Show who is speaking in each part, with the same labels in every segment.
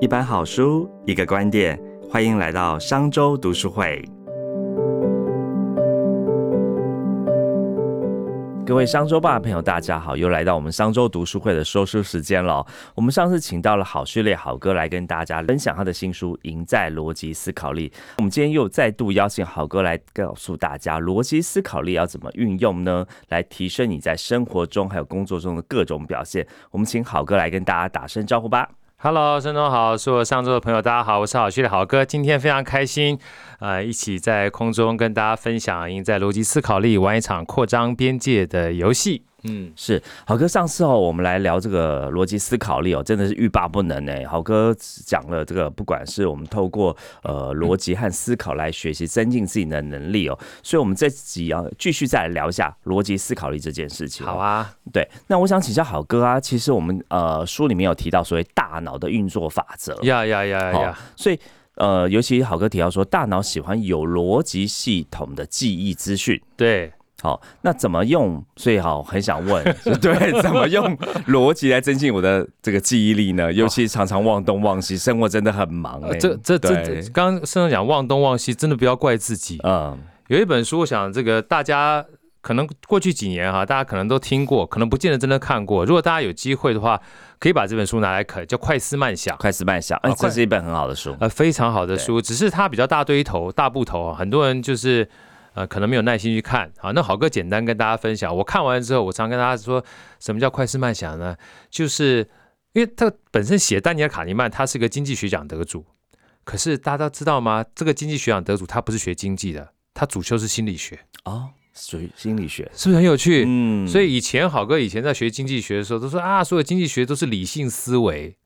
Speaker 1: 一本好书，一个观点，欢迎来到商周读书会。各位商周吧的朋友，大家好，又来到我们商周读书会的说书时间了哦。我们上次请到了好序列好哥来跟大家分享他的新书《赢在逻辑思考力》，我们今天又再度邀请好哥来告诉大家逻辑思考力要怎么运用呢？来提升你在生活中还有工作中的各种表现。我们请好哥来跟大家打声招呼吧。
Speaker 2: Hello，孙总好，所有上周的朋友，大家好，我是好趣的好哥，今天非常开心，呃，一起在空中跟大家分享，赢在逻辑思考力，玩一场扩张边界的游戏。嗯，
Speaker 1: 是好哥，上次哦，我们来聊这个逻辑思考力哦，真的是欲罢不能哎。好哥讲了这个，不管是我们透过呃逻辑和思考来学习增进自己的能力哦，所以我们这集要继续再来聊一下逻辑思考力这件事情、哦
Speaker 2: 好，啊，
Speaker 1: 对，那我想请教好哥啊，其实我们呃书里面有提到所谓大脑的运作法则，
Speaker 2: 呀呀呀
Speaker 1: 好
Speaker 2: 呀，
Speaker 1: 所以呃，尤其好哥提到说，大脑喜欢有逻辑系统的记忆资讯。
Speaker 2: 对，
Speaker 1: 好，那怎么用？所以好，很想 问，对，怎么用逻辑来增进我的这个记忆力 呢？尤其常常忘东忘西，生活真的很忙、
Speaker 2: 呃
Speaker 1: 欸
Speaker 2: 这这这，
Speaker 1: 对
Speaker 2: 这刚刚孙总讲忘东忘西，真的不要怪自己。
Speaker 1: 嗯，
Speaker 2: 有一本书，我想这个大家可能过去几年哈、大家可能都听过，可能不见得真的看过。如果大家有机会的话，可以把这本书拿来看，叫《快思慢想》。
Speaker 1: 快思慢想，哎、
Speaker 2: 啊
Speaker 1: 这
Speaker 2: 快
Speaker 1: 是一本很好的书，
Speaker 2: 呃，非常好的书，只是它比较大堆头、大部头啊，很多人就是呃可能没有耐心去看啊。那好哥简单跟大家分享，我看完之后，我常跟大家说，什么叫快思慢想呢？就是因为他本身写丹尼尔·卡尼曼，他是个经济学奖得主，可是大家知道吗？这个经济学奖得主他不是学经济的，他主修是心理学，
Speaker 1: 哦，属于心理学，
Speaker 2: 是不是很有趣？
Speaker 1: 嗯
Speaker 2: 所以以前好哥以前在学经济学的时候，都说啊，所有经济学都是理性思维。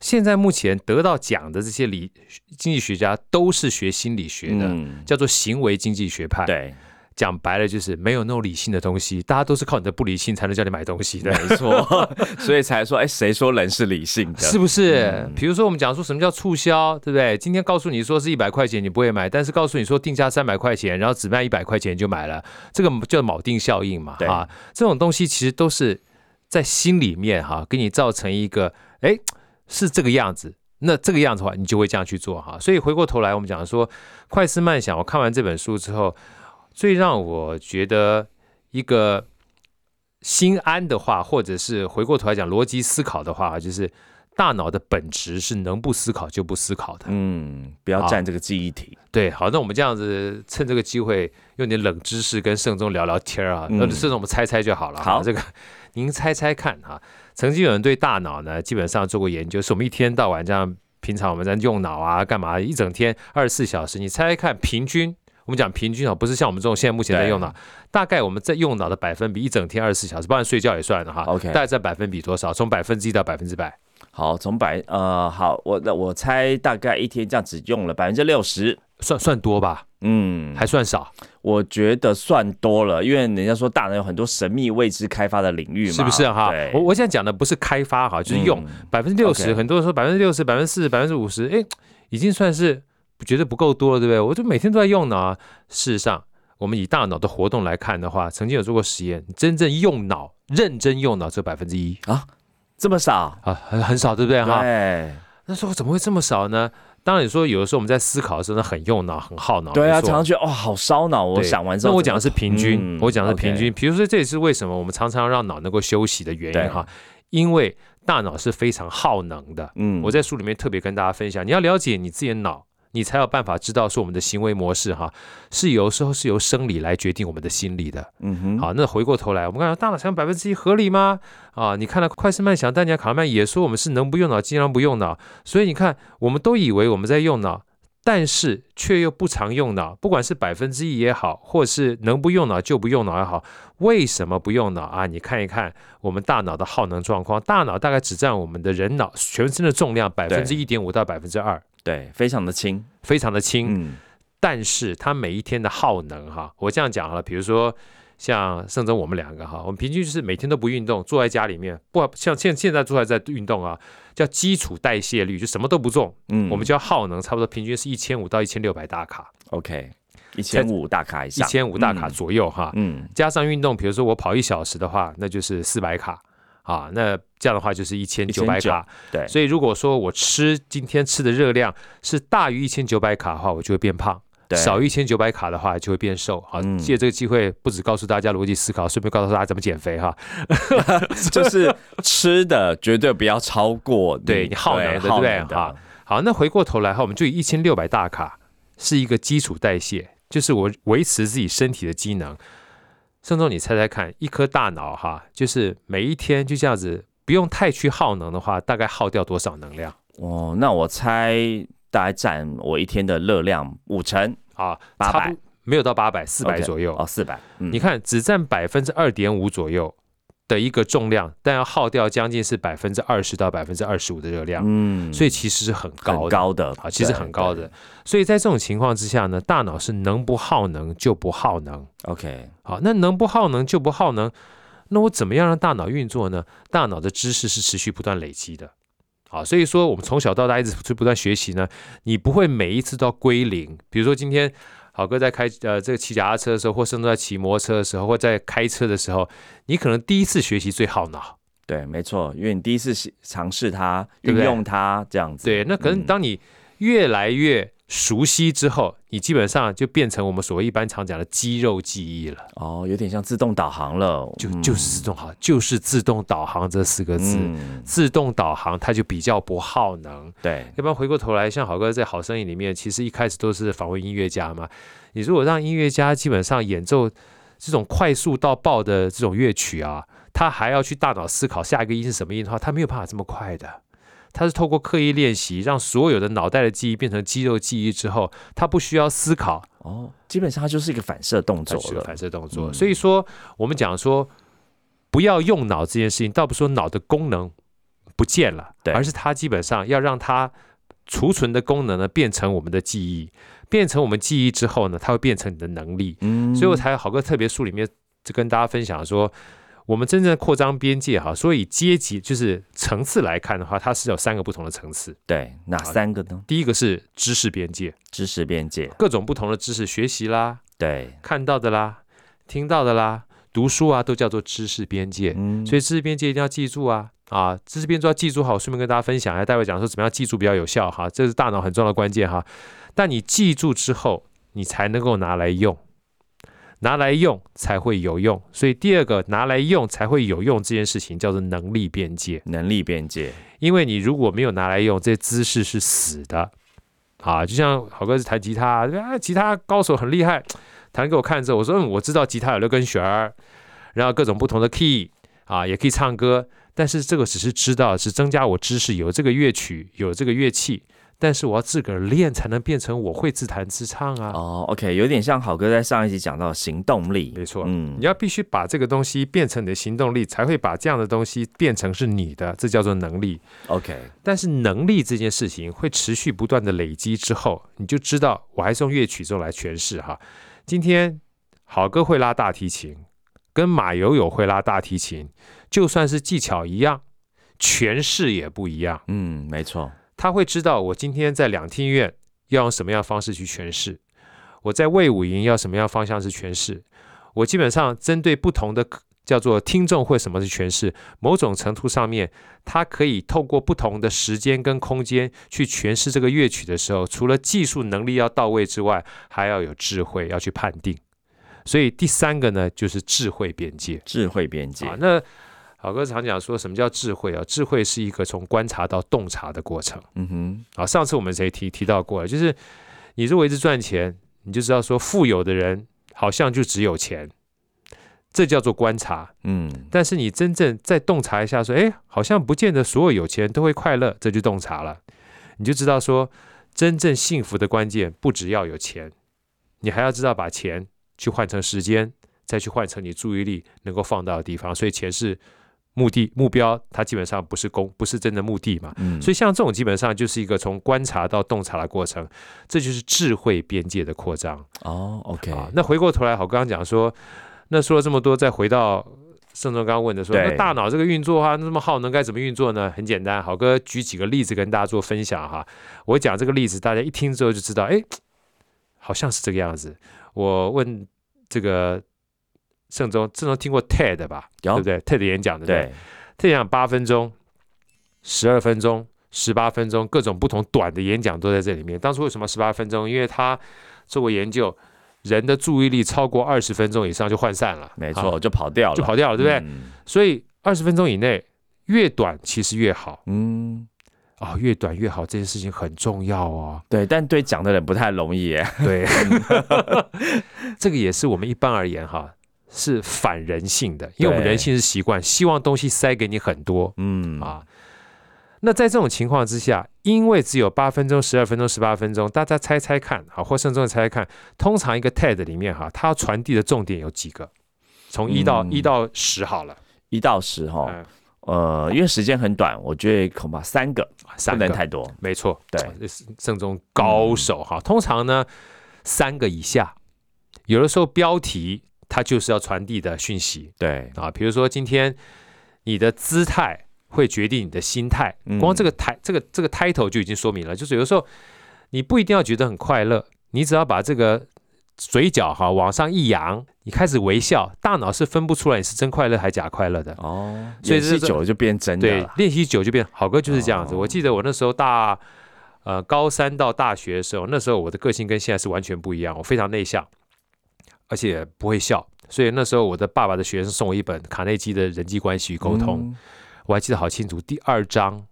Speaker 2: 现在目前得到奖的这些理经济学家都是学心理学的，
Speaker 1: 嗯
Speaker 2: 叫做行为经济学派。，
Speaker 1: 对，
Speaker 2: 讲白了就是没有那种理性的东西，大家都是靠你的不理性才能叫你买东西的，
Speaker 1: 没 错，所以才说，哎、谁说人是理性的？嗯
Speaker 2: 是不是？比如说我们讲说什么叫促销，对不对？今天告诉你说是一百块钱你不会买，但是告诉你说定价三百块钱，然后只卖一百块钱你就买了，这个叫锚定效应嘛，
Speaker 1: 对
Speaker 2: 啊，这种东西其实都是在心里面哈、给你造成一个，哎，是这个样子。那这个样子的话，你就会这样去做哈。所以回过头来，我们讲说快思慢想。我看完这本书之后，最让我觉得一个心安的话，或者是回过头来讲逻辑思考的话，就是大脑的本质是能不思考就不思考的。
Speaker 1: 嗯，不要占这个记忆体，
Speaker 2: 对，好，那我们这样子趁这个机会用点冷知识跟圣宗聊聊天儿啊，
Speaker 1: 嗯
Speaker 2: 那这种我们猜猜就好了。
Speaker 1: 好
Speaker 2: 这个您猜猜看哈、曾经有人对大脑呢，基本上做过研究，是我们一天到晚这样，平常我们在用脑啊，干嘛一整天二十四小时，你猜猜看，平均我们讲平均啊，不是像我们这种现在目前在用脑，大概我们在用脑的百分比，一整天二十四小时，包含睡觉也算了哈
Speaker 1: OK
Speaker 2: 大概占百分比多少？从百分之一到百分之百，
Speaker 1: 好，从百呃，好，我那我猜大概一天这样只用了百分之六十，
Speaker 2: 算算多吧，
Speaker 1: 嗯，
Speaker 2: 还算少？
Speaker 1: 我觉得算多了，因为人家说大人有很多神秘未知开发的领域嘛，
Speaker 2: 是不是哈
Speaker 1: 对？
Speaker 2: 我我现在讲的不是开发哈，就是用
Speaker 1: 嗯
Speaker 2: 百分之六
Speaker 1: OK
Speaker 2: 十，很多人说百分之六十、百分之四十、百分之五十，哎，已经算是觉得不够多了，对不对？我就每天都在用脑啊。事实上，我们以大脑的活动来看的话，曾经有做过实验，真正用脑、认真用脑只有百分之一
Speaker 1: 这么少，
Speaker 2: 啊，很很少，对不对哈？
Speaker 1: 对
Speaker 2: 那时候怎么会这么少呢？当然，你说有的时候我们在思考的时候呢，很用脑、很耗脑，
Speaker 1: 对啊，
Speaker 2: 哦没错
Speaker 1: 常常觉得哇、好烧脑，我
Speaker 2: 对
Speaker 1: 想完之
Speaker 2: 那
Speaker 1: 后，
Speaker 2: 我讲的是平均，
Speaker 1: 嗯
Speaker 2: 我讲的是
Speaker 1: OK
Speaker 2: 平均。比如说，这也是为什么我们常常让脑能够休息的原
Speaker 1: 对
Speaker 2: 因哈，因为大脑是非常耗能的。
Speaker 1: 嗯
Speaker 2: 我在书里面特别跟大家分享，你要了解你自己的脑，你才有办法知道说我们的行为模式哈，是有时候是由生理来决定我们的心理的。
Speaker 1: 嗯哼，
Speaker 2: 好，那回过头来，我们刚才大脑想百分之一合理吗？啊，你看了快思慢想，丹尼尔卡拉曼也说我们是能不用脑尽量不用脑，所以你看，我们都以为我们在用脑，但是却又不常用脑，不管是百分之一也好，或是能不用脑就不用脑也好，为什么不用脑啊？你看一看我们大脑的耗能状况，大脑大概只占我们的人脑全身的重量百分之一点五到百分之二，
Speaker 1: 对，非常的轻，
Speaker 2: 非常的轻。
Speaker 1: 嗯，
Speaker 2: 但是它每一天的耗能哈，我这样讲好了，比如说像盛增我们两个哈，我们平均就是每天都不运动，坐在家里面，不像现现在坐在在运动啊，叫基础代谢率，就什么都不做，
Speaker 1: 嗯
Speaker 2: 我们就要耗能，差不多平均是一千五到一千六百大卡，
Speaker 1: OK，一千五大卡以
Speaker 2: 一
Speaker 1: 上，
Speaker 2: 千五大卡左右哈，
Speaker 1: 嗯，
Speaker 2: 加上运动，比如说我跑一小时的话，那就是四百卡。啊，那这样的话就是一千九百卡。
Speaker 1: 对，
Speaker 2: 所以如果说我吃今天吃的热量是大于一千九百卡的话，我就会变胖。
Speaker 1: 对
Speaker 2: 少一千九百卡的话就会变瘦啊！
Speaker 1: 嗯
Speaker 2: 借这个机会，不只告诉大家逻辑思考，顺便告诉大家怎么减肥哈。
Speaker 1: 就是吃的绝对不要超过你
Speaker 2: 对你耗能的
Speaker 1: 耗
Speaker 2: 对
Speaker 1: 能
Speaker 2: 不对哈好，那回过头来哈，我们就以一千六百大卡是一个基础代谢，就是我维持自己身体的机能。盛总，你猜猜看，一颗大脑哈，就是每一天就这样子，不用太去耗能的话，大概耗掉多少能量
Speaker 1: 哦，那我猜大概占我一天的热量五成，
Speaker 2: 啊？
Speaker 1: 800
Speaker 2: 差不多没有到八百，四百
Speaker 1: OK，
Speaker 2: 左右。
Speaker 1: 哦，四百。嗯
Speaker 2: 你看，只占百分之二点五左右的一个重量，但要耗掉将近是百分之二十到百分之二十五的热量，
Speaker 1: 嗯
Speaker 2: 所以其实是很高
Speaker 1: 很
Speaker 2: 的。
Speaker 1: 高的
Speaker 2: 啊，其实很高的。所以在这种情况之下呢，大脑是能不耗能就不耗能。
Speaker 1: OK，
Speaker 2: 好，那能不耗能就不耗能，那我怎么样让大脑运作呢？大脑的知识是持续不断累积的。好，所以说我们从小到大一直不断学习呢，你不会每一次都要归零。比如说今天好哥在开呃这个骑脚踏车的时候，或甚至在骑摩托车的时候，或在开车的时候，你可能第一次学习最耗脑，
Speaker 1: 对，没错，因为你第一次试尝试它，
Speaker 2: 对
Speaker 1: 运
Speaker 2: 不对
Speaker 1: 用它这样子。
Speaker 2: 对，那可能
Speaker 1: 嗯
Speaker 2: 当你越来越熟悉之后，你基本上就变成我们所谓一般常讲的肌肉记忆了，
Speaker 1: 哦，有点像自动导航了，
Speaker 2: 就
Speaker 1: 嗯
Speaker 2: 就是自动好，就是自动导航这四个字。
Speaker 1: 嗯，
Speaker 2: 自动导航它就比较不耗能，
Speaker 1: 对，
Speaker 2: 要不然回过头来，像好哥在《好声音》里面，其实一开始都是访问音乐家嘛。你如果让音乐家基本上演奏这种快速到爆的这种乐曲啊，他还要去大脑思考下一个音是什么音的话，他没有办法这么快的。他是透过刻意练习，让所有的脑袋的记忆变成肌肉记忆之后，他不需要思考，
Speaker 1: 哦，基本上它就是一个反射动
Speaker 2: 它
Speaker 1: 作
Speaker 2: 就是
Speaker 1: 了。
Speaker 2: 反射动作。
Speaker 1: 嗯
Speaker 2: 所以说，我们讲说不要用脑这件事情，倒不是说脑的功能不见了，
Speaker 1: 对
Speaker 2: 而是它基本上要让它储存的功能呢变成我们的记忆，变成我们记忆之后呢，它会变成你的能力。
Speaker 1: 嗯
Speaker 2: 所以我才有好哥特别书里面就跟大家分享说。我们真正扩张边界哈，所以阶级就是层次来看的话，它是有三个不同的层次。
Speaker 1: 对哪三个呢？
Speaker 2: 第一个是知识边界，
Speaker 1: 知识边界，
Speaker 2: 各种不同的知识学习啦，
Speaker 1: 对，
Speaker 2: 看到的啦、听到的啦、读书啊，都叫做知识边界。
Speaker 1: 嗯
Speaker 2: 所以知识边界一定要记住啊啊！知识边界要记住好，我顺便跟大家分享一下，啊待会讲说怎么样记住比较有效哈，这是大脑很重要的关键哈。但你记住之后，你才能够拿来用，拿来用才会有用。所以第二个拿来用才会有用这件事情叫做能力边界，
Speaker 1: 能力边界，
Speaker 2: 因为你如果没有拿来用，这些姿势是死的。啊，就像好哥是弹吉他，啊，吉他高手很厉害，弹给我看之后，我说嗯，我知道吉他有六根弦儿，然后各种不同的 key 啊，也可以唱歌，但是这个只是知道，是增加我知识，有这个乐曲，有这个乐器，但是我要自个儿练才能变成我会自弹自唱啊。
Speaker 1: 哦，OK，有点像好哥在上一集讲到的行动力，
Speaker 2: 没错
Speaker 1: 嗯
Speaker 2: 你，要必须把这个东西变成你的行动力，才会把这样的东西变成是你的，这叫做能力。
Speaker 1: ，OK，
Speaker 2: 但是能力这件事情会持续不断的累积之后，你就知道，我还是用乐曲这种来诠释哈。今天好哥会拉大提琴，跟马友友会拉大提琴，就算是技巧一样，诠释也不一样。
Speaker 1: 嗯，没错，
Speaker 2: 他会知道我今天在两厅院要用什么样的方式去诠释，我在魏武营要什么样的方向是诠释。我基本上针对不同的叫做听众会什么是诠释，某种程度上面，它可以透过不同的时间跟空间去诠释这个乐曲的时候，除了技术能力要到位之外，还要有智慧要去判定。所以第三个呢，就是智慧边界。
Speaker 1: 智慧边界
Speaker 2: 啊，，那好哥常讲说什么叫智慧啊？智慧是一个从观察到洞察的过程。
Speaker 1: 嗯哼，
Speaker 2: 啊，上次我们谁提提到过了，就是你如果一直赚钱，你就知道说富有的人好像就只有钱，这叫做观察。
Speaker 1: 嗯，
Speaker 2: 但是你真正再洞察一下，说，哎，好像不见得所有有钱人都会快乐，这就洞察了，你就知道说，真正幸福的关键不只要有钱，你还要知道把钱去换成时间，再去换成你注意力能够放到的地方。所以钱是目的目标，它基本上不是公，不是真的目的嘛。
Speaker 1: 嗯，
Speaker 2: 所以像这种基本上就是一个从观察到洞察的过程，这就是智慧边界的扩张
Speaker 1: 哦，OK，
Speaker 2: 啊。那回过头来，好，刚刚讲说，那说了这么多，再回到盛总刚刚问的说，
Speaker 1: 对
Speaker 2: 那大脑这个运作哈，那么耗能该怎么运作呢？很简单，好哥举几个例子跟大家做分享哈。我讲这个例子，大家一听之后就知道，哎，好像是这个样子。我问这个盛总，盛总听过 TED 吧？
Speaker 1: 有哦
Speaker 2: 对不对？TED 演讲对不对？
Speaker 1: 对，
Speaker 2: 特讲八分钟、十二分钟、十八分钟，各种不同短的演讲都在这里面。当初为什么十八分钟？因为他做过研究，人的注意力超过二十分钟以上就涣散了，
Speaker 1: 没
Speaker 2: 啊
Speaker 1: 错，就跑掉了，
Speaker 2: 就跑掉了，对不对？
Speaker 1: 嗯
Speaker 2: 所以二十分钟以内越短其实越好
Speaker 1: 嗯，
Speaker 2: 啊、越短越好，这件事情很重要哦。
Speaker 1: 对，但对讲的人不太容易耶。
Speaker 2: 对，这个也是我们一般而言哈。是反人性的，因为我们
Speaker 1: 对
Speaker 2: 人性是习惯，希望东西塞给你很多，
Speaker 1: 嗯，
Speaker 2: 啊。那在这种情况之下，因为只有八分钟、十二分钟、十八分钟，大家猜猜看啊，或慎重的猜猜看，通常一个 TED 里面哈、它要传递的重点有几个？从一到
Speaker 1: 嗯哦
Speaker 2: 一、到十好了，
Speaker 1: 一到十哈，
Speaker 2: 嗯，
Speaker 1: 呃，因为时间很短，我觉得恐怕三个不
Speaker 2: 三
Speaker 1: 能
Speaker 2: 个，
Speaker 1: 太嗯多。
Speaker 2: 没错，
Speaker 1: 对
Speaker 2: 啊，这是正宗高手哈、通常呢，三个以下，有的时候标题它就是要传递的讯息，
Speaker 1: 对，
Speaker 2: 啊，比如说今天你的姿态会决定你的心态，
Speaker 1: 嗯
Speaker 2: 光这个台、这个这个 title 就已经说明了，就是有的时候你不一定要觉得很快乐，你只要把这个嘴角哈往上一扬，你开始微笑，大脑是分不出来你是真快乐还假快乐的。
Speaker 1: 哦，
Speaker 2: 所以
Speaker 1: 演戏
Speaker 2: 这
Speaker 1: 久了就变真的
Speaker 2: 对
Speaker 1: 了，。
Speaker 2: 练习久就变好哥就是这样子。
Speaker 1: 哦
Speaker 2: 我记得我那时候大呃高三到大学的时候，那时候我的个性跟现在是完全不一样，我非常内向，而且不会笑。所以那时候我的爸爸的学生送我一本卡内基的人际关系与沟通，
Speaker 1: 嗯，
Speaker 2: 我还记得好清楚。第二章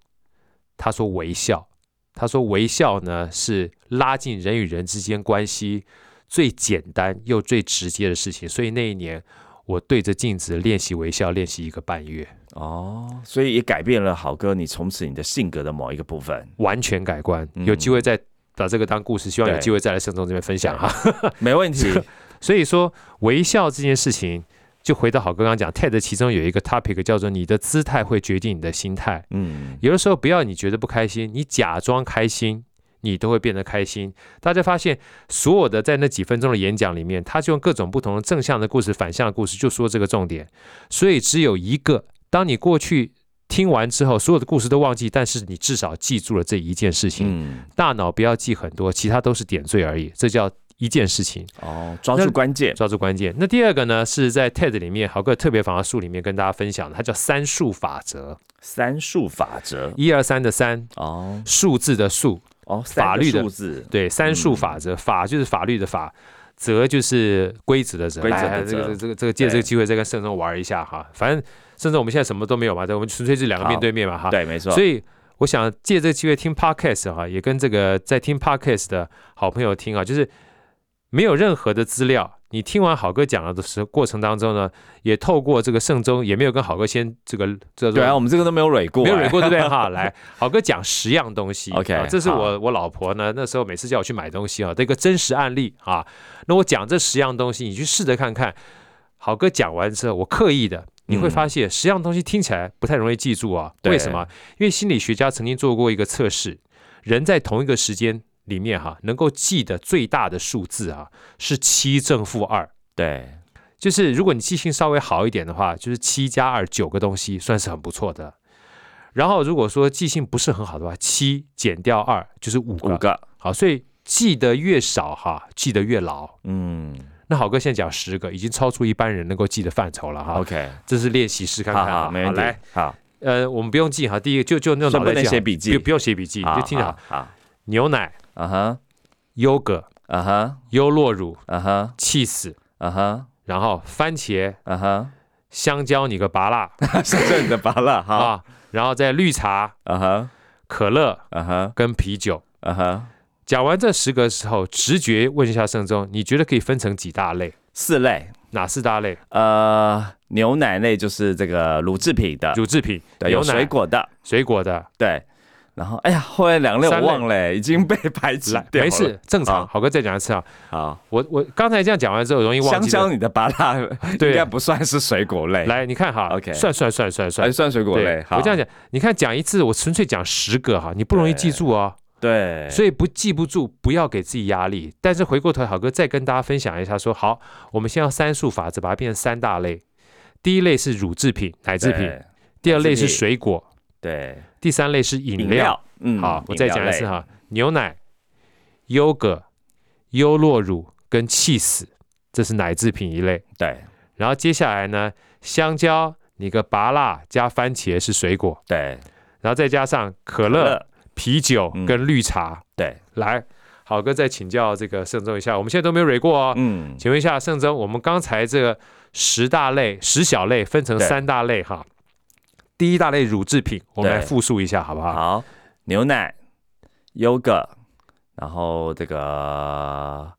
Speaker 2: 他说微笑，他说微笑呢是拉近人与人之间关系最简单又最直接的事情。所以那一年我对着镜子练习微笑，练习一个半月。
Speaker 1: 哦，所以也改变了好哥你从此你的性格的某一个部 分。
Speaker 2: 完全改观。
Speaker 1: 嗯
Speaker 2: 有机会再把这个当故事，希望有
Speaker 1: 对
Speaker 2: 机会再来盛总这边分享哈。
Speaker 1: 没问题，
Speaker 2: 所以说，微笑这件事情，就回到好哥刚刚讲，TED 其中有一个 topic 叫做你的姿态会决定你的心态。
Speaker 1: 嗯，
Speaker 2: 有的时候不要你觉得不开心，你假装开心。你都会变得开心。大家发现，所有的在那几分钟的演讲里面，他就用各种不同的正向的故事、反向的故事，就说这个重点。所以只有一个，当你过去听完之后，所有的故事都忘记，但是你至少记住了这一件事情。
Speaker 1: 嗯，
Speaker 2: 大脑不要记很多，其他都是点缀而已，这叫一件事情，
Speaker 1: 哦，抓住关键，
Speaker 2: 抓住关键。那第二个呢，是在 TED 里面豪哥特别访谈术里面跟大家分享的，它叫三数法则，
Speaker 1: 三数法则，
Speaker 2: 一二三的三，
Speaker 1: 哦
Speaker 2: 数字的数，
Speaker 1: 哦，三个
Speaker 2: 法律的
Speaker 1: 数字，
Speaker 2: 对，三数法
Speaker 1: 嗯
Speaker 2: 则，法就是法律的法。则就是规则的则，
Speaker 1: 规则的
Speaker 2: 来这
Speaker 1: 则
Speaker 2: 个这个这个借这个机会再跟盛总玩一下哈，反正盛总我们现在什么都没有嘛，对，我们纯粹是两个
Speaker 1: 好
Speaker 2: 面对面嘛哈，
Speaker 1: 对，没错，
Speaker 2: 所以我想借这个机会听 podcast 哈、也跟这个在听 podcast 的好朋友听啊，就是没有任何的资料，你听完好哥讲了的时候过程当中呢，也透过这个圣中，也没有跟好哥先这个这
Speaker 1: 对啊，我们这个都没有蕊过，
Speaker 2: 没有
Speaker 1: 哎
Speaker 2: 蕊过对不对哈？来，好哥讲十样东西。
Speaker 1: OK，
Speaker 2: 啊这是
Speaker 1: 好
Speaker 2: 我我老婆呢，那时候每次叫我去买东西啊，这个真实案例啊。那我讲这十样东西，你去试着看看。好哥讲完之后，我刻意的，你会发现十样东西听起来不太容易记住啊。
Speaker 1: 嗯对
Speaker 2: 为什么？因为心理学家曾经做过一个测试，人在同一个时间里面哈、能够记得最大的数字啊是七正负二。
Speaker 1: 对，
Speaker 2: 就是如果你记性稍微好一点的话，就是七加二九个东西算是很不错的。然后如果说记性不是很好的话，七减掉二就是五个。
Speaker 1: 五个，
Speaker 2: 好，所以记得越少哈，记得越牢。
Speaker 1: 嗯
Speaker 2: 那好哥现在讲十个，已经超出一般人能够记的范畴了哈。
Speaker 1: ，OK，
Speaker 2: 这是练习试看看
Speaker 1: 好
Speaker 2: 啊
Speaker 1: 好，没问题
Speaker 2: 来，，
Speaker 1: 好，
Speaker 2: 呃，我们不用记哈，第一个就就用
Speaker 1: 所
Speaker 2: 脑
Speaker 1: 以不
Speaker 2: 袋
Speaker 1: 能
Speaker 2: 记好，
Speaker 1: 写笔记
Speaker 2: 不，不用写笔记，你
Speaker 1: 好
Speaker 2: 就听着
Speaker 1: 好
Speaker 2: 啊。，
Speaker 1: 好，
Speaker 2: 牛奶、
Speaker 1: 啊哈，
Speaker 2: 优格、
Speaker 1: 啊哈，
Speaker 2: 优酪乳、
Speaker 1: 啊哈，
Speaker 2: cheese，
Speaker 1: 啊哈，
Speaker 2: 然后番茄、
Speaker 1: 啊哈，
Speaker 2: 香蕉，你个拔辣。
Speaker 1: 是这你的拔了，好，
Speaker 2: 啊，然后再绿茶、
Speaker 1: 啊哈，
Speaker 2: 可乐
Speaker 1: 啊哈，
Speaker 2: 跟啤酒。
Speaker 1: 啊哈，
Speaker 2: 讲完这十个时候，直觉问一下盛中，你觉得可以分成几大类？
Speaker 1: 四类，
Speaker 2: 哪四大类？
Speaker 1: 呃，牛奶类就是这个乳制品的，
Speaker 2: 乳制品、
Speaker 1: 呃对，有
Speaker 2: 牛
Speaker 1: 水
Speaker 2: 奶、
Speaker 1: 果的，
Speaker 2: 水果的，
Speaker 1: 对。然后，哎呀，后来两类我
Speaker 2: 三类
Speaker 1: 忘了、已经被排挤
Speaker 2: 来，
Speaker 1: 掉了。
Speaker 2: 没事，正
Speaker 1: 啊
Speaker 2: 常。好哥再讲一次啊，
Speaker 1: 好，
Speaker 2: 我我刚才这样讲完之后，容易忘
Speaker 1: 香
Speaker 2: 记的。
Speaker 1: 蕉你的芭乐应该
Speaker 2: 对，
Speaker 1: 不算是水果类，
Speaker 2: 来你看哈
Speaker 1: OK
Speaker 2: 算算算算
Speaker 1: 还
Speaker 2: 算。
Speaker 1: 算水果类
Speaker 2: 对。，
Speaker 1: 好
Speaker 2: 我这样讲，你看讲一次，我纯粹讲十个哈，你不容易记住哦，
Speaker 1: 对，
Speaker 2: 所以不记不住，不要给自己压力。但是回过头，好哥再跟大家分享一下说好，我们先要三数法则，把它变成三大类。第一类是乳制品、奶制品，
Speaker 1: 对
Speaker 2: 第二类是
Speaker 1: 奶制品
Speaker 2: 水果，
Speaker 1: 对
Speaker 2: 第三类是饮料。
Speaker 1: 饮料，嗯
Speaker 2: 好，我再讲一次，
Speaker 1: 饮料类
Speaker 2: 哈，牛奶、优格、优酪乳跟 cheese，这是奶制品一类。
Speaker 1: 对，
Speaker 2: 然后接下来呢，香蕉、你个拔辣加番茄是水果，
Speaker 1: 对，
Speaker 2: 然后再加上可乐、啤酒
Speaker 1: 嗯
Speaker 2: 跟绿茶。
Speaker 1: 对，
Speaker 2: 来，好哥再请教这个盛宗一下，我们现在都没有蕊过哦。
Speaker 1: 嗯，
Speaker 2: 请问一下盛宗，我们刚才这个十大类、十小类分成
Speaker 1: 对
Speaker 2: 三大类哈。第一大类乳制品，我们来
Speaker 1: 对
Speaker 2: 复述一下好不好？
Speaker 1: 好，牛奶、优格，然后这个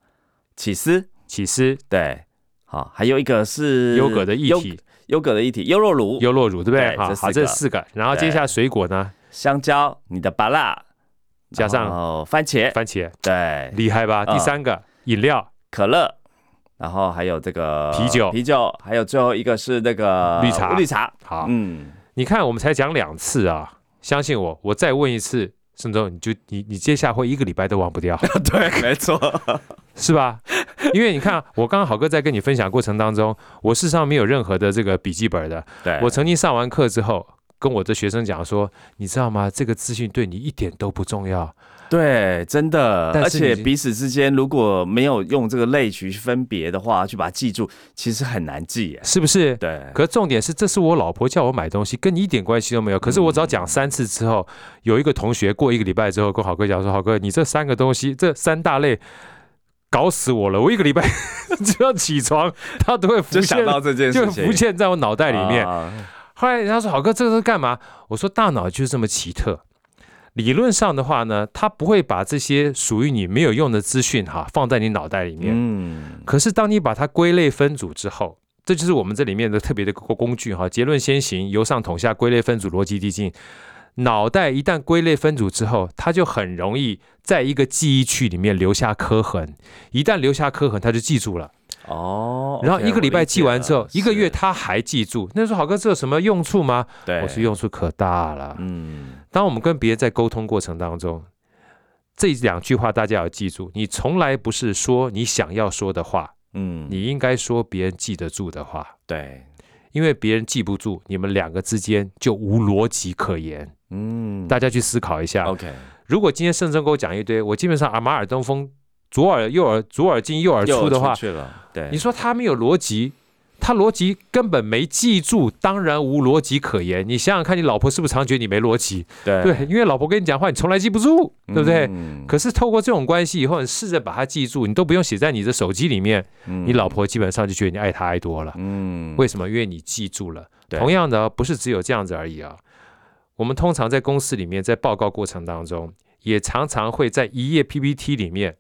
Speaker 1: 起司，
Speaker 2: 起司、
Speaker 1: 对，好，还有一个是
Speaker 2: 优格的液
Speaker 1: 优
Speaker 2: 体、
Speaker 1: 优格的一体，优酪乳、
Speaker 2: 优酪乳，对不对？
Speaker 1: 对这
Speaker 2: 好，好，
Speaker 1: 四个
Speaker 2: 这四个。然后接下来水果呢，
Speaker 1: 香蕉、你的芭辣，
Speaker 2: 加上
Speaker 1: 然后番茄，
Speaker 2: 番茄，
Speaker 1: 对，
Speaker 2: 厉害吧？
Speaker 1: 嗯
Speaker 2: 第三个饮料，
Speaker 1: 可乐。然后还有这个
Speaker 2: 啤酒
Speaker 1: 啤酒，还有最后一个是那个
Speaker 2: 绿茶
Speaker 1: 绿茶。
Speaker 2: 好，
Speaker 1: 嗯，
Speaker 2: 你看，我们才讲两次啊，相信我，我再问一次，盛总，你就你你接下来会一个礼拜都忘 不掉，
Speaker 1: 对，没 错，
Speaker 2: 是吧？因为你看，我刚刚好哥在跟你分享过程当中，我事实上没有任何的这个笔记本的。
Speaker 1: 对，
Speaker 2: 我曾经上完课之后，跟我的学生讲说，你知道吗？这个资讯对你一点都不重要。
Speaker 1: 对，真的，
Speaker 2: 但
Speaker 1: 而
Speaker 2: 是你
Speaker 1: 且彼此之间如果没有用这个类去分别的话，去把它记住，其实很难记耶。
Speaker 2: 是不是？
Speaker 1: 对，
Speaker 2: 可重点是，这是我老婆叫我买东西，跟你一点关系都没有。可是我只要讲三次之后，有一个同学过一个礼拜之后跟好哥讲说：“好哥，你这三个东西，这三大类，搞死我了！我一个礼拜 只要起床，他都会浮
Speaker 1: 就
Speaker 2: 现
Speaker 1: 想，到这件
Speaker 2: 就
Speaker 1: 事
Speaker 2: 会
Speaker 1: 情，
Speaker 2: 浮现在我脑袋里面。
Speaker 1: 啊
Speaker 2: 后来他说：“好哥，这个是干嘛？”我说：“大脑就是这么奇特。理论上的话呢，它不会把这些属于你没有用的资讯哈放在你脑袋里面。
Speaker 1: 嗯，
Speaker 2: 可是当你把它归类分组之后，这就是我们这里面的特别的工工具哈。结论先行，由上统下，归类分组，逻辑递进。脑袋一旦归类分组之后，它就很容易在一个记忆区里面留下刻痕。一旦留下刻痕，它就记住了。
Speaker 1: 哦，
Speaker 2: 然后一个礼拜记完之后，一个月
Speaker 1: 他，
Speaker 2: 它还记住。那时候好哥，这有什么用处吗？
Speaker 1: 对，
Speaker 2: 我说用处可大了。
Speaker 1: 嗯，
Speaker 2: 当我们跟别人在沟通过程当中，这两句话大家要记住：你从来不是说你想要说的话，
Speaker 1: 嗯嗯，
Speaker 2: 你应该说别人记得住的话，
Speaker 1: 对，
Speaker 2: 因为别人记不住，你们两个之间就无逻辑可言。
Speaker 1: 嗯，
Speaker 2: 大家去思考一下，
Speaker 1: OK，
Speaker 2: 如果今天圣真给我讲一堆，我基本上啊马耳东风，左耳右耳左耳进右耳
Speaker 1: 又
Speaker 2: 出的话，
Speaker 1: 去了，对，
Speaker 2: 你说他没有逻辑，他逻辑根本没记住，当然无逻辑可言。你想想看，你老婆是不是常觉得你没逻辑？
Speaker 1: 对
Speaker 2: 对，因为老婆跟你讲话，你从来记不住，对不对？
Speaker 1: 嗯
Speaker 2: 可是透过这种关系以后，你试着把它记住，你都不用写在你的手机里面，你老，婆基本上就觉得你爱她爱多了。
Speaker 1: 嗯嗯，
Speaker 2: 为什么？因为你记住了。
Speaker 1: 对
Speaker 2: 同样的哦，不是只有这样子而已啊。我们通常在公司里面，在报告过程当中，也常常会在一页 PPT 里面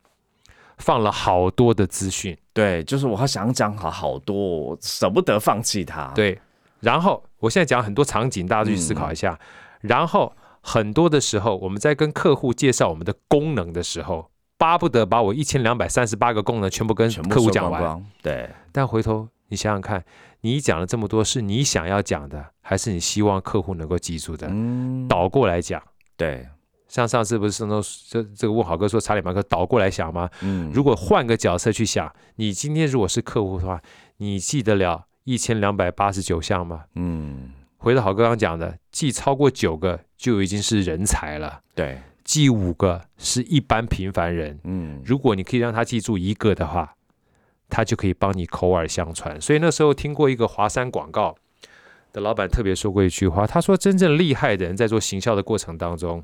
Speaker 2: 放了好多的资讯，
Speaker 1: 对，就是我想讲好好多，我舍不得放弃它，，
Speaker 2: 对。然后我现在讲很多场景，大家去思考一下。
Speaker 1: 嗯
Speaker 2: 然后很多的时候，我们在跟客户介绍我们的功能的时候，巴不得把我一千两百三十八个功能全部跟
Speaker 1: 全部
Speaker 2: 客户
Speaker 1: 说
Speaker 2: 讲
Speaker 1: 光
Speaker 2: 完。
Speaker 1: 光，对，
Speaker 2: 但回头你想想看，你讲了这么多，是你想要讲的，还是你希望客户能够记住的？
Speaker 1: 嗯，
Speaker 2: 倒过来讲，
Speaker 1: 对，
Speaker 2: 像上次不是上周这这个问好哥说查理芒格倒过来想吗？
Speaker 1: 嗯
Speaker 2: 如果换个角色去想，你今天如果是客户的话，你记得了一千两百八十九项吗？
Speaker 1: 嗯，
Speaker 2: 回到好哥刚讲的，记超过九个就已经是人才了，
Speaker 1: 对，
Speaker 2: 记五个是一般平凡人。
Speaker 1: 嗯，
Speaker 2: 如果你可以让他记住一个的话，他就可以帮你口耳相传。所以那时候听过一个华山广告的老板特别说过一句话，他说：“真正厉害的人在做行销的过程当中，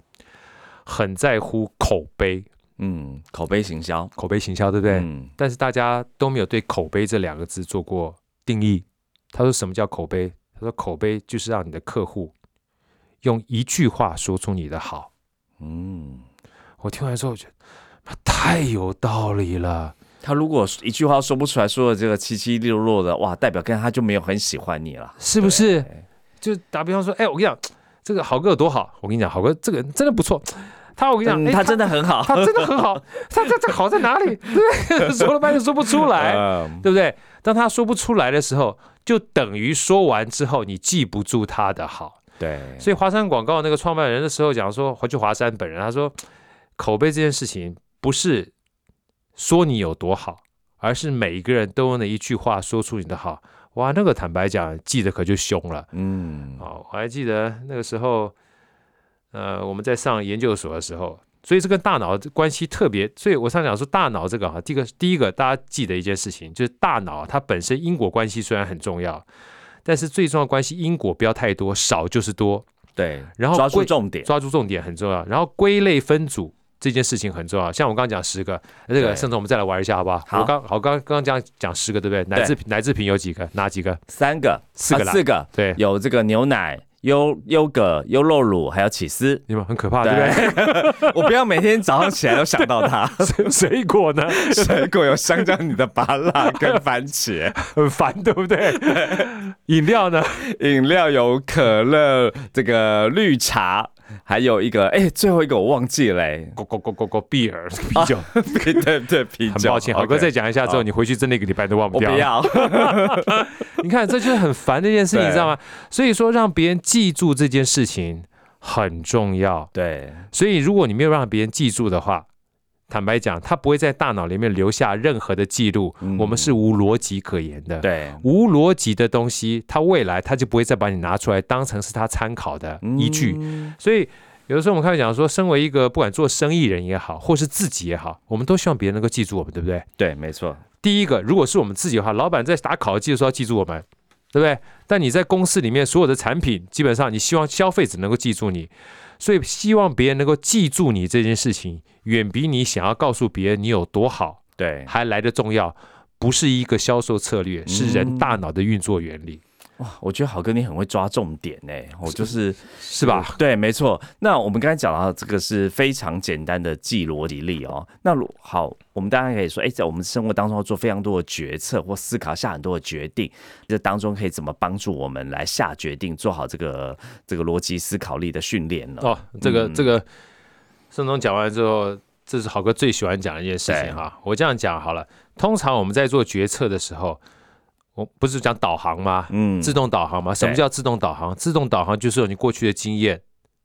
Speaker 2: 很在乎口碑，
Speaker 1: 嗯，口碑行销，
Speaker 2: 口碑行销，对不对？
Speaker 1: 嗯
Speaker 2: 但是大家都没有对口碑这两个字做过定义。他说什么叫口碑？他说口碑就是让你的客户用一句话说出你的好。”
Speaker 1: 嗯，
Speaker 2: 我听完之后，我觉得妈太有道理了。
Speaker 1: 他如果一句话说不出来，说的这个七七六落的，哇，代表跟他就没有很喜欢你了，
Speaker 2: 是不是
Speaker 1: 对？
Speaker 2: 就打比方说，哎、我跟你讲，这个好哥有多好，我跟你讲，好哥这个人真的不错，他我跟你讲，
Speaker 1: 嗯，
Speaker 2: 哎
Speaker 1: 他真的很好，
Speaker 2: 他真的很好，他他他好在哪里？对不对， 说了半天说不出来，
Speaker 1: 嗯
Speaker 2: 对不对？当他说不出来的时候，就等于说完之后你记不住他的好。
Speaker 1: 对，
Speaker 2: 所以华山广告那个创办人的时候讲说，回去华山本人他说，口碑这件事情不是说你有多好，而是每一个人都用的一句话说出你的好。哇，那个坦白讲，记得可就凶了。
Speaker 1: 嗯，
Speaker 2: 哦，我还记得那个时候，呃，我们在上研究所的时候，所以这跟大脑关系特别。所以我上讲说，大脑这个哈，第一个第一个大家记得一件事情，就是大脑它本身因果关系虽然很重要，但是最重要的关系因果不要太多，少就是多，
Speaker 1: 对，
Speaker 2: 然后
Speaker 1: 抓住
Speaker 2: 归
Speaker 1: 重点，
Speaker 2: 抓住重点很重要。然后归类分组这件事情很重要。像我刚刚讲十个，那这
Speaker 1: 对
Speaker 2: 个盛总我们再来玩一下好不好？
Speaker 1: 好
Speaker 2: 我刚好刚刚刚讲讲十个对不对？奶制品奶制品有几个？哪几个？
Speaker 1: 三个，
Speaker 2: 四个
Speaker 1: 啊
Speaker 2: 啦。
Speaker 1: 四个，
Speaker 2: 对，
Speaker 1: 有这个牛奶、优优格、优酪乳，还有起司。
Speaker 2: 你们很可怕啊对不
Speaker 1: 对， 我不要每天早上起来都想到 它。
Speaker 2: 对？水果呢？
Speaker 1: 水果有香蕉、你的芭乐跟番茄，
Speaker 2: 很烦对 不对？饮料呢？，
Speaker 1: 饮料有可乐、这个绿茶，还有一个哎、最后一个我忘记了、欸
Speaker 2: 狗狗狗狗狗 beer 啤酒。
Speaker 1: 对对 对，啤
Speaker 2: 啊很
Speaker 1: 酒。
Speaker 2: 抱歉，好哥
Speaker 1: OK
Speaker 2: 再讲一下之后，
Speaker 1: 好
Speaker 2: 你回去真的一个礼拜都忘
Speaker 1: 我
Speaker 2: 不
Speaker 1: 不
Speaker 2: 掉。
Speaker 1: 要，
Speaker 2: 你看，这就是很烦的一件事情，
Speaker 1: 对
Speaker 2: 你知道吗？所以说，让别人记住这件事情很重要。
Speaker 1: 对
Speaker 2: 所以，如果你没有让别人记住的话，坦白讲，他不会在大脑里面留下任何的记录。
Speaker 1: 嗯
Speaker 2: 我们是无逻辑可言的。。
Speaker 1: 对，
Speaker 2: 无逻辑的东西，他未来他就不会再把你拿出来当成是他参考的依据。
Speaker 1: 嗯
Speaker 2: 所以有的时候我们开始讲说，身为一个不管做生意人也好，或是自己也好，我们都希望别人能够记住我们，对不对？
Speaker 1: 对，没错，
Speaker 2: 第一个，如果是我们自己的话，老板在打考绩的时候要记住我们，对不对？但你在公司里面所有的产品，基本上你希望消费者能够记住你，所以希望别人能够记住你这件事情，远比你想要告诉别人你有多好
Speaker 1: 对，
Speaker 2: 还来得重要。不是一个销售策略，是人大脑的运作原理，
Speaker 1: 哇，我觉得好哥你很会抓重点呢、我就是
Speaker 2: 是吧？？
Speaker 1: 对，没错。那我们刚才讲到这个是非常简单的记逻辑力哦。那如好，我们大家可以说，哎、在我们生活当中要做非常多的决策或思考下很多的决定，这当中可以怎么帮助我们来下决定，做好这个这个逻辑思考力的训练呢？
Speaker 2: 哦，这个、
Speaker 1: 嗯
Speaker 2: 这个，盛总讲完之后，这是好哥最喜欢讲的一件事
Speaker 1: 对
Speaker 2: 情哈。我这样讲好了，通常我们在做决策的时候，我不是讲导航吗？
Speaker 1: 嗯
Speaker 2: 自动导航吗？什么叫自动导航？自动导航就是用你过去的经验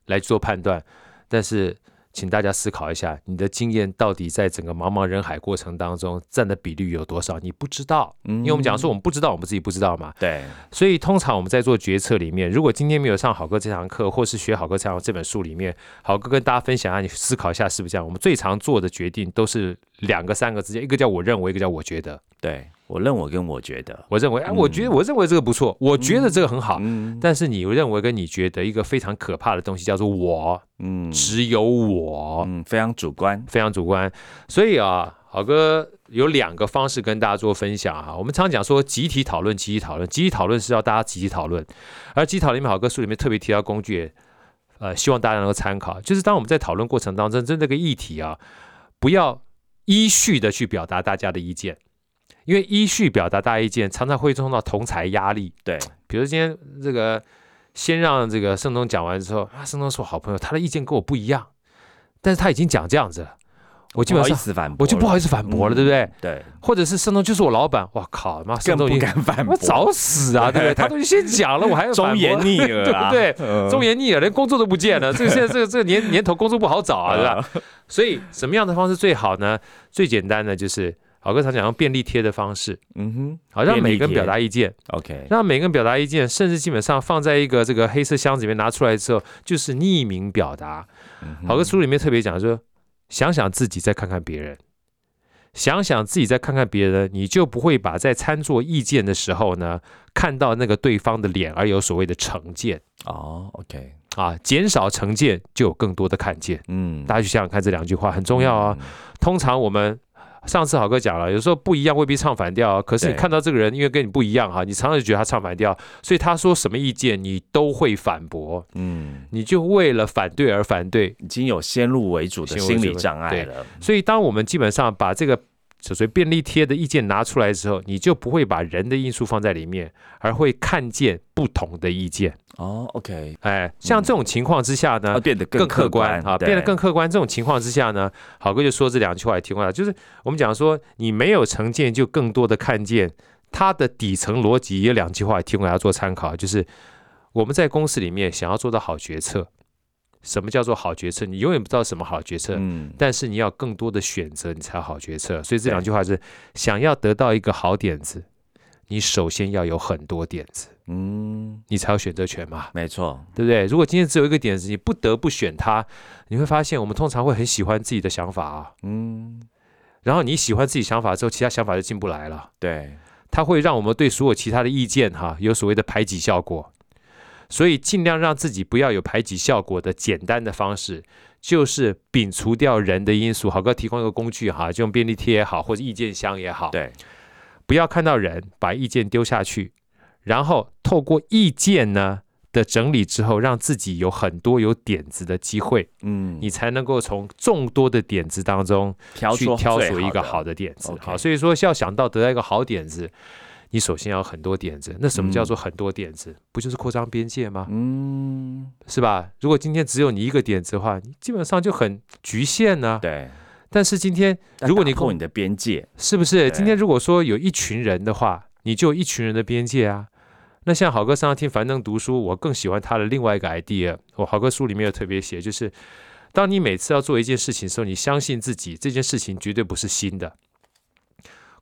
Speaker 2: 来做判断，但是。请大家思考一下，你的经验到底在整个茫茫人海过程当中占的比率有多少？你不知道，因为我们讲说我们不知道，我们自己不知道嘛。
Speaker 1: 嗯对，
Speaker 2: 所以通常我们在做决策里面，如果今天没有上好哥这堂课，或是学好哥这堂这本书里面，好哥跟大家分享一下，你思考一下是不是这样？我们最常做的决定都是两个、三个之间，一个叫我认为，一个叫我觉得。
Speaker 1: 对我认我跟我觉得，
Speaker 2: 我认为，哎，我觉得我认为这个不错，我觉得这个很好。
Speaker 1: 嗯
Speaker 2: 但是你认为跟你觉得一个非常可怕的东西叫做我，
Speaker 1: 嗯
Speaker 2: 只有我，
Speaker 1: 嗯，非常主观，
Speaker 2: 非常主观。所以啊，好哥有两个方式跟大家做分享啊。我们常讲说集体讨论，集体讨论，集体讨论是要大家集体讨论，而集体讨论里面，好哥书里面特别提到工具，呃，希望大家能够参考，就是当我们在讨论过程当中，针对这个议题啊，不要依序的去表达大家的意见。因为依序表达大家意见，常常会碰到同才压力。
Speaker 1: 对，
Speaker 2: 比如今天这个，先让这个盛东讲完之后，啊，盛东是我好朋友，他的意见跟我不一样，但是他已经讲这样子了，我基本
Speaker 1: 不好
Speaker 2: 上
Speaker 1: 意思反驳了，嗯
Speaker 2: 我就不好意思反驳了，对不对？
Speaker 1: 对，
Speaker 2: 或者是盛东就是我老板，哇靠，妈
Speaker 1: 更
Speaker 2: 盛东
Speaker 1: 不
Speaker 2: 已经
Speaker 1: 敢反驳，
Speaker 2: 我早死 啊，对不对？他都先讲了，我还要反
Speaker 1: 忠
Speaker 2: 驳
Speaker 1: 言逆耳啊，
Speaker 2: 对不
Speaker 1: 对
Speaker 2: 忠言逆耳，连工作都不见了。这个现在这个这个年年头工作不好找啊，
Speaker 1: 嗯
Speaker 2: 对吧？所以什么样的方式最好呢？最简单的就是好哥常讲用便利贴的方式，
Speaker 1: 嗯哼
Speaker 2: 好让
Speaker 1: 便利
Speaker 2: 每个人
Speaker 1: 贴
Speaker 2: 表达意见。
Speaker 1: ，OK，
Speaker 2: 让每个人表达意见，甚至基本上放在一个这个黑色箱子里面拿出来之后，就是匿名表达。
Speaker 1: 嗯哼
Speaker 2: 好哥书里面特别讲说，想想自己，再看看别人，想想自己，再看看别人，你就不会把在参作意见的时候呢，看到那个对方的脸而有所谓的成见
Speaker 1: 哦，OK，
Speaker 2: 啊，减少成见，就有更多的看见。
Speaker 1: 嗯，
Speaker 2: 大家去想想看，这两句话很重要啊。通常我们上次好哥讲了，有时候不一样未必唱反调啊，可是你
Speaker 1: 对
Speaker 2: 看到这个人，因为跟你不一样哈、你常常就觉得他唱反调，所以他说什么意见你都会反驳，
Speaker 1: 嗯，
Speaker 2: 你就为了反对而反对。
Speaker 1: 嗯，已经有先入为主的
Speaker 2: 先入为
Speaker 1: 心
Speaker 2: 主
Speaker 1: 理
Speaker 2: 的
Speaker 1: 障碍
Speaker 2: 对
Speaker 1: 了，
Speaker 2: 所以当我们基本上把这个所谓便利贴的意见拿出来之后，你就不会把人的因素放在里面，而会看见不同的意见。
Speaker 1: 哦，OK，
Speaker 2: 哎，像这种情况之下呢，
Speaker 1: 要变得
Speaker 2: 更
Speaker 1: 客
Speaker 2: 客观啊，变得
Speaker 1: 对
Speaker 2: 更客观。这种情况之下呢，好哥就说这两句话也提供了，就是我们讲说你没有成见，就更多的看见。它的底层逻辑也有两句话也提供大家做参考，就是我们在公司里面想要做到好决策，什么叫做好决策？你永远不知道什么好决策，
Speaker 1: 嗯，
Speaker 2: 但是你要更多的选择，你才有好决策。所以这两句话是：想要得到一个好点子，你首先要有很多点子，
Speaker 1: 嗯，
Speaker 2: 你才有选择权嘛。
Speaker 1: 没错，
Speaker 2: 对不对？如果今天只有一个点子，你不得不选它，你会发现我们通常会很喜欢自己的想法啊，
Speaker 1: 嗯，
Speaker 2: 然后你喜欢自己想法之后，其他想法就进不来了。
Speaker 1: 对，
Speaker 2: 它会让我们对所有其他的意见哈、有所谓的排挤效果。所以尽量让自己不要有排挤效果的简单的方式，就是摒除掉人的因素。好哥提供一个工具哈，就用便利贴也好，或者意见箱也好，
Speaker 1: 对，
Speaker 2: 不要看到人把意见丢下去，然后透过意见呢的整理之后，让自己有很多有点子的机会，
Speaker 1: 嗯，
Speaker 2: 你才能够从众多的点子当中
Speaker 1: 挑
Speaker 2: 去挑
Speaker 1: 最
Speaker 2: 选一个
Speaker 1: 的
Speaker 2: 好的点子。
Speaker 1: OK
Speaker 2: 好，所以说要想到得到一个好点子，你首先要有很多点子。那什么叫做很多点子？不就是扩张边界吗？
Speaker 1: 嗯，
Speaker 2: 是吧？如果今天只有你一个点子的话，你基本上就很局限呢、
Speaker 1: 对。
Speaker 2: 但是今天啊如果你
Speaker 1: 扣你的边界，
Speaker 2: 是不是
Speaker 1: 对
Speaker 2: 今天如果说有一群人的话，你就有一群人的边界啊。那像好哥上次听樊登读书，我更喜欢他的另外一个 idea。我好哥书里面有特别写，就是当你每次要做一件事情的时候，你相信自己这件事情绝对不是新的，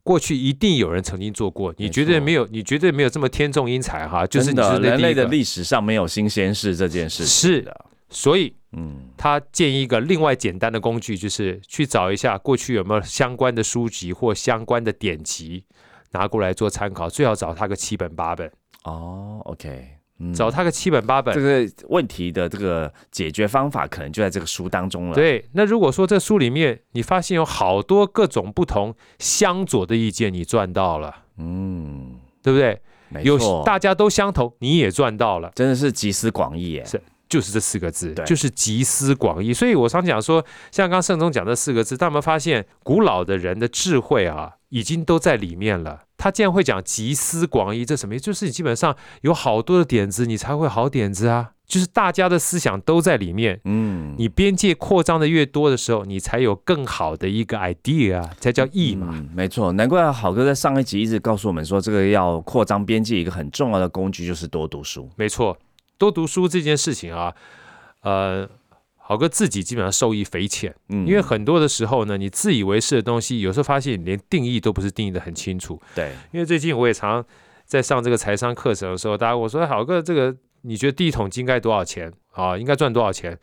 Speaker 2: 过去一定有人曾经做过，你
Speaker 1: 没
Speaker 2: 绝对
Speaker 1: 错
Speaker 2: 没有，你绝对没有这么天纵英才哈，就是
Speaker 1: 真
Speaker 2: 你
Speaker 1: 的
Speaker 2: 是
Speaker 1: 人类
Speaker 2: 的
Speaker 1: 的历史上没有新鲜事这件事。
Speaker 2: 是
Speaker 1: 的，
Speaker 2: 所以
Speaker 1: 嗯，
Speaker 2: 他建议一个另外简单的工具，就是去找一下过去有没有相关的书籍或相关的典籍，拿过来做参考，最好找他个七本八本，
Speaker 1: 哦，OK，嗯，
Speaker 2: 找他个七本八
Speaker 1: 这
Speaker 2: 本。
Speaker 1: 个问题的这个解决方法，可能就在这个书当中了。，
Speaker 2: 对，那如果说这书里面你发现有好多各种不同相左的意见，你赚到了，
Speaker 1: 嗯，
Speaker 2: 对不对？
Speaker 1: 没
Speaker 2: 有
Speaker 1: 错，
Speaker 2: 大家都相同，你也赚到了。
Speaker 1: 真的是集思广益耶。
Speaker 2: 是就是这四个字
Speaker 1: 对，
Speaker 2: 就是集思广益。所以我常讲说，像刚刚盛总讲这四个字，大家有没有发现古老的人的智慧啊，已经都在里面了。他竟然会讲集思广益，这什么意思？就是你基本上有好多的点子，你才会好点子啊。就是大家的思想都在里面，
Speaker 1: 嗯，
Speaker 2: 你边界扩张的越多的时候，你才有更好的一个 idea 啊，才叫意嘛。
Speaker 1: 嗯，没错，难怪好哥在上一集一直告诉我们说，这个要扩张边界一个很重要的工具就是多读书。
Speaker 2: 没错，多读书这件事情啊，呃，好哥自己基本上受益匪浅。
Speaker 1: 嗯，
Speaker 2: 因为很多的时候呢，你自以为是的东西，有时候发现你连定义都不是定义的很清楚。
Speaker 1: 对，
Speaker 2: 因为最近我也常在上这个财商课程的时候，大家问我说：“哎好哥，这个你觉得第一桶金该多少钱啊？应该赚多少钱？”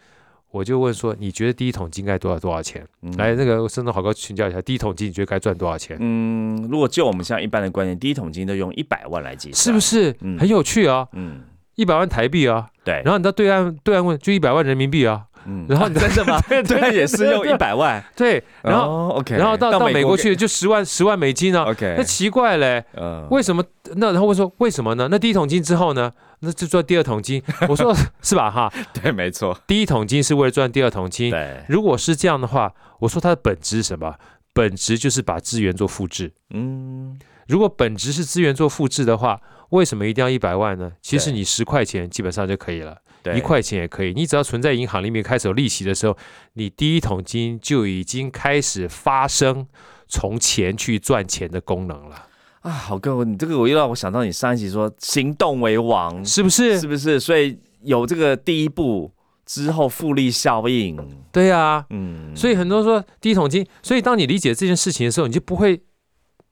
Speaker 2: 我就问说：“你觉得第一桶金该多少多少钱？”
Speaker 1: 嗯
Speaker 2: 来，那个深圳好哥请教一下，第一桶金你觉得该赚多少钱？
Speaker 1: 嗯，如果就我们像一般的观念，第一桶金都用一百万来计算，
Speaker 2: 是不？是
Speaker 1: 嗯
Speaker 2: 很有趣啊？
Speaker 1: 嗯，
Speaker 2: 一百万台币啊，
Speaker 1: 对。
Speaker 2: 然后你到对岸对岸问，就一百万人民币啊，
Speaker 1: 嗯
Speaker 2: 然后你
Speaker 1: 真的吗？对也是用一百万，
Speaker 2: 对，然后
Speaker 1: 后 OK，
Speaker 2: 然后到
Speaker 1: 哦到
Speaker 2: 到美国去就十万十万美金啊，
Speaker 1: OK，
Speaker 2: 那奇怪嘞，
Speaker 1: 嗯
Speaker 2: 为什么？那然后我说为什么呢？那第一桶金之后呢？那就赚第二桶金。 我说是吧？哈，
Speaker 1: 对，没错，
Speaker 2: 第一桶金是为了赚第二桶金。
Speaker 1: 对，
Speaker 2: 如果是这样的话，我说它的本质是什么？本质就是把资源做复制。
Speaker 1: 嗯，
Speaker 2: 如果本质是资源做复制的话，为什么一定要一百万呢？其实
Speaker 1: 对
Speaker 2: 你十块钱基本上就可以了，
Speaker 1: 对，
Speaker 2: 一块钱也可以。你只要存在银行里面开始有利息的时候，你第一桶金就已经开始发生从钱去赚钱的功能了，
Speaker 1: 啊，好哥，你这个我又让我想到你上一集说行动为王，
Speaker 2: 是不是？
Speaker 1: 嗯是不是？所以有这个第一步之后复利效应，
Speaker 2: 对啊。
Speaker 1: 嗯，
Speaker 2: 所以很多人说第一桶金，所以当你理解这件事情的时候，你就不会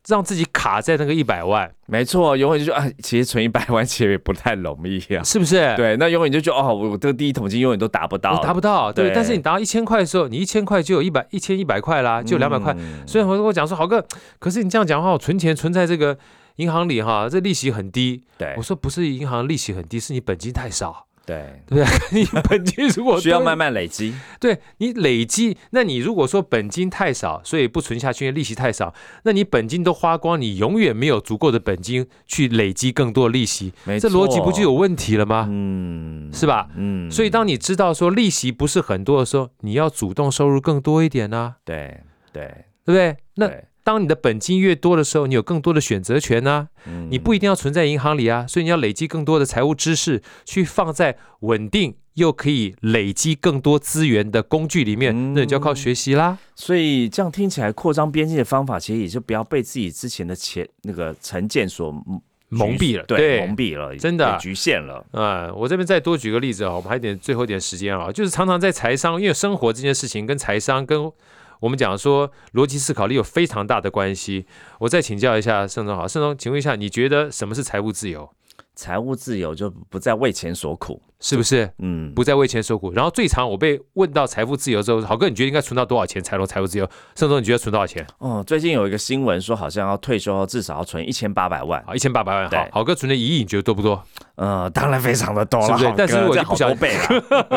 Speaker 2: 让自己卡在那个一百万，
Speaker 1: 没错，永远就说啊，其实存一百万其实也不太容易啊，
Speaker 2: 是不是？，
Speaker 1: 对，那永远就觉得哦，我我这个第一桶金永远都达不到，
Speaker 2: 达不到，对。
Speaker 1: 对
Speaker 2: 但是你达到一千块的时候，你一千块就有一百一千一百块啦，就两百块。
Speaker 1: 嗯
Speaker 2: 所以我跟我讲说，豪哥，可是你这样讲的话，我存钱存在这个银行里哈，这利息很低。
Speaker 1: 对
Speaker 2: 我说不是银行利息很低，是你本金太少，
Speaker 1: 对，
Speaker 2: 对不对？你本金如果
Speaker 1: 需要
Speaker 2: 多
Speaker 1: 慢慢累积，
Speaker 2: 对你累积，那你如果说本金太少，所以不存下去，因为利息太少，那你本金都花光，你永远没有足够的本金去累积更多的利息，
Speaker 1: 没
Speaker 2: 这逻辑不就
Speaker 1: 错
Speaker 2: 有问题了吗？
Speaker 1: 嗯
Speaker 2: 是吧？
Speaker 1: 嗯
Speaker 2: 所以当你知道说利息不是很多的时候，你要主动收入更多一点啊，
Speaker 1: 对对，
Speaker 2: 对不对？那
Speaker 1: 对
Speaker 2: 当你的本金越多的时候，你有更多的选择权呢、
Speaker 1: 嗯
Speaker 2: 你不一定要存在银行里啊，所以你要累积更多的财务知识，去放在稳定又可以累积更多资源的工具里面，
Speaker 1: 嗯
Speaker 2: 那你就要靠学习啦。
Speaker 1: 所以这样听起来，扩张边界的方法其实也就不要被自己之前的前那个成见所蒙
Speaker 2: 蒙蔽了，
Speaker 1: 对，蒙蔽了，
Speaker 2: 真的啊
Speaker 1: 也局限了。
Speaker 2: 嗯，我这边再多举个例子啊、我们还有点最后一点时间啊、就是常常在财商，因为生活这件事情跟财商跟我们讲说逻辑思考力有非常大的关系。我再请教一下盛总好，盛总，请问一下，你觉得什么是财务自由？
Speaker 1: 财务自由就不再为钱所苦，
Speaker 2: 是不是？
Speaker 1: 嗯，
Speaker 2: 不再为钱受苦。然后最常我被问到财富自由之后，好哥，你觉得应该存到多少钱才能财富自由？盛总，你觉得存多少钱？
Speaker 1: 哦，最近有一个新闻说，好像要退休后至少要存一千八百万，
Speaker 2: 啊，一千八百万。好
Speaker 1: 对，
Speaker 2: 好哥存了一亿，你觉得多不 多？
Speaker 1: 呃，当然非常的多了，
Speaker 2: 是不是
Speaker 1: 好哥
Speaker 2: 但是如果
Speaker 1: 这
Speaker 2: 你不
Speaker 1: 好多
Speaker 2: 小
Speaker 1: 倍啊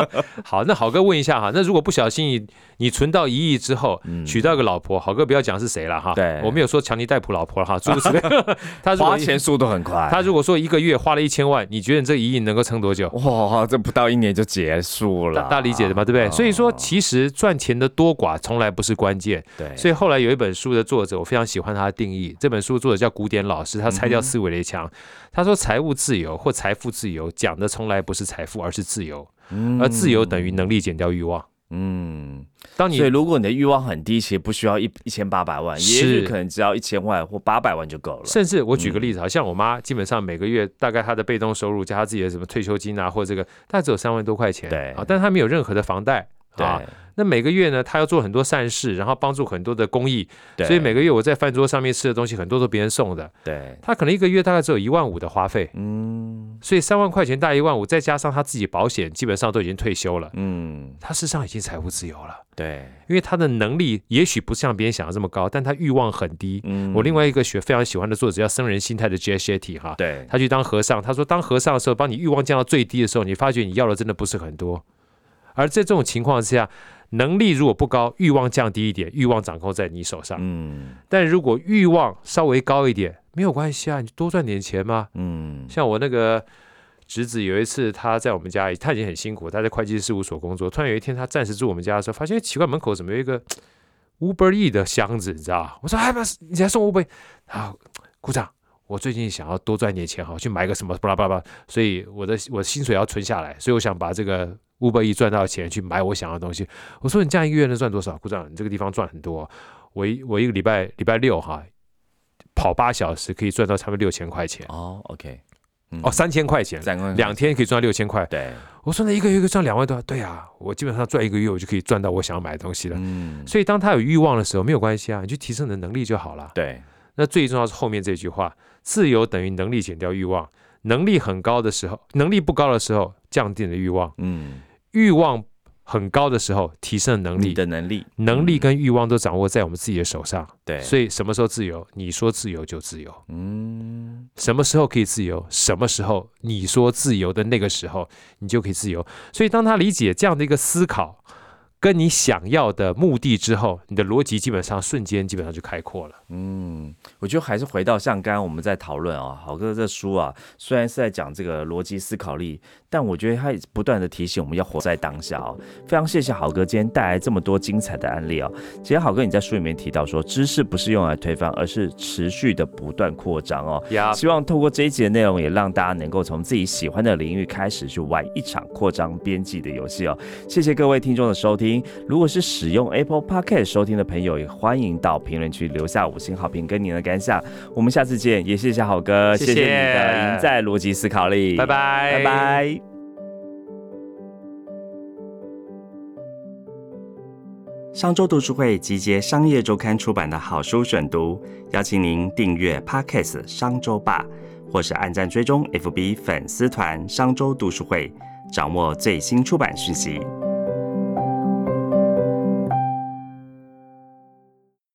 Speaker 1: 了，
Speaker 2: 好，那好哥问一下哈，那如果不小心你你存到一亿之后，
Speaker 1: 嗯
Speaker 2: 娶到一个老婆，好哥不要讲是谁了哈，
Speaker 1: 对
Speaker 2: 我没有说强尼戴普老婆了哈，诸如 此类。他如果
Speaker 1: 花钱速度很快，
Speaker 2: 他如果说一个月花了一千万，你觉得你这一亿能够撑多久？
Speaker 1: 哇，这不到一年就结束
Speaker 2: 大
Speaker 1: 了，
Speaker 2: 大家理解的嘛，对不对？所以说，
Speaker 1: 哦
Speaker 2: 其实赚钱的多寡从来不是关键。
Speaker 1: 对，
Speaker 2: 所以后来有一本书的作者，我非常喜欢他的定义。这本书作者叫古典老师，他
Speaker 1: 嗯
Speaker 2: 拆掉思维的墙。他说，财务自由或财富自由讲的从来不是财富，而是自由。
Speaker 1: 嗯
Speaker 2: 而呃自由等于能力减掉欲望。
Speaker 1: 嗯，
Speaker 2: 当
Speaker 1: 所以
Speaker 2: 你
Speaker 1: 如果你的欲望很低，其实不需要一一千八百万，也许
Speaker 2: 是
Speaker 1: 可能只要一千万或八百万就够了。
Speaker 2: 甚至我举
Speaker 1: 嗯
Speaker 2: 个例子，好啊像我妈基本上每个月大概她的被动收入加她自己的什么退休金啊，或者这个大概只有三万多块钱，
Speaker 1: 对
Speaker 2: 啊，但她没有任何的房贷
Speaker 1: 对、
Speaker 2: 啊。那每个月呢，她要做很多善事，然后帮助很多的公益，
Speaker 1: 对，
Speaker 2: 所以每个月我在饭桌上面吃的东西很多都别人送的，
Speaker 1: 对，
Speaker 2: 她可能一个月大概只有一万五的花费，
Speaker 1: 嗯
Speaker 2: 所以三万块钱大一万五，再加上她自己保险，基本上都已经退休了，
Speaker 1: 嗯，
Speaker 2: 她事实上已经财务自由了。
Speaker 1: 对，
Speaker 2: 因为他的能力也许不像别人想的这么高，但他欲望很低。
Speaker 1: 嗯
Speaker 2: 我另外一个学非常喜欢的作者叫僧人心态的 J. Shetty 哈，
Speaker 1: 对，
Speaker 2: 他去当和尚，他说当和尚的时候，帮你欲望降到最低的时候，你发觉你要的真的不是很多。而在这种情况之下，能力如果不高，欲望降低一点，欲望掌控在你手上；
Speaker 1: 嗯
Speaker 2: 但如果欲望稍微高一点，没有关系啊，你多赚点钱嘛。
Speaker 1: 嗯
Speaker 2: 像我那个侄子有一次，他在我们家，他已经很辛苦，他在会计事务所工作。突然有一天，他暂时住我们家的时候，发现哎奇怪，门口怎么有一个 Uber E 的箱子？你知道？我说：“哎妈，你还送 Uber？” 啊，鼓掌！我最近想要多赚点钱哈，去买个什么巴拉巴拉巴拉，所以我的我薪水要存下来，所以我想把这个 Uber E 赚到的钱去买我想要的东西。我说：“你这样一个月能赚多少？”鼓掌！你这个地方赚很多哦、我一我一个礼拜礼拜六哈。跑八小时可以赚到差不多六千块钱
Speaker 1: 哦，OK，
Speaker 2: 哦，三千块钱，
Speaker 1: 嗯三万
Speaker 2: 两天可以赚六千块。
Speaker 1: 对，
Speaker 2: 我说那一个月可以赚两万多，对啊，我基本上赚一个月我就可以赚到我想要买的东西了。
Speaker 1: 嗯，
Speaker 2: 所以当他有欲望的时候，没有关系啊，你去提升你的能力就好了。
Speaker 1: 对，
Speaker 2: 那最重要是后面这句话：自由等于能力减掉欲望。能力很高的时候，能力不高的时候，降低你的欲望；
Speaker 1: 嗯，
Speaker 2: 欲望很高的时候，提升能
Speaker 1: 你
Speaker 2: 力。
Speaker 1: 的能力，
Speaker 2: 能力
Speaker 1: 嗯
Speaker 2: 跟欲望都掌握在我们自己的手上。
Speaker 1: 对，
Speaker 2: 所以什么时候自由，你说自由就自由。
Speaker 1: 嗯，
Speaker 2: 什么时候可以自由，什么时候你说自由的那个时候，你就可以自由。所以，当他理解这样的一个思考跟你想要的目的之后，你的逻辑基本上瞬间基本上就开阔了。
Speaker 1: 我觉得还是回到像刚刚我们在讨论啊，好哥这书啊，虽然是在讲这个逻辑思考力，但我觉得它也不断的提醒我们要活在当下哦。非常谢谢好哥今天带来这么多精彩的案例哦。其实好哥你在书里面提到说，知识不是用来推翻，而是持续的不断扩张哦。
Speaker 2: 呀
Speaker 1: 希望透过这一集的内容，也让大家能够从自己喜欢的领域开始去玩一场扩张边际的游戏哦。谢谢各位听众的收听。如果是使用 Apple Podcast 收听的朋友，也欢迎到评论区留下五星好评跟您的感想。我们下次见，也谢谢好哥，
Speaker 2: 谢谢
Speaker 1: 谢你的赢在逻辑思考力，
Speaker 2: 拜，
Speaker 1: 拜
Speaker 2: 拜，
Speaker 1: 拜。商周读书会集结《商业周刊》出版的好书选读，邀请您订阅 Podcast《商周吧》，或是按赞追踪 FB 粉丝团“商周读书会”，掌握最新出版讯息。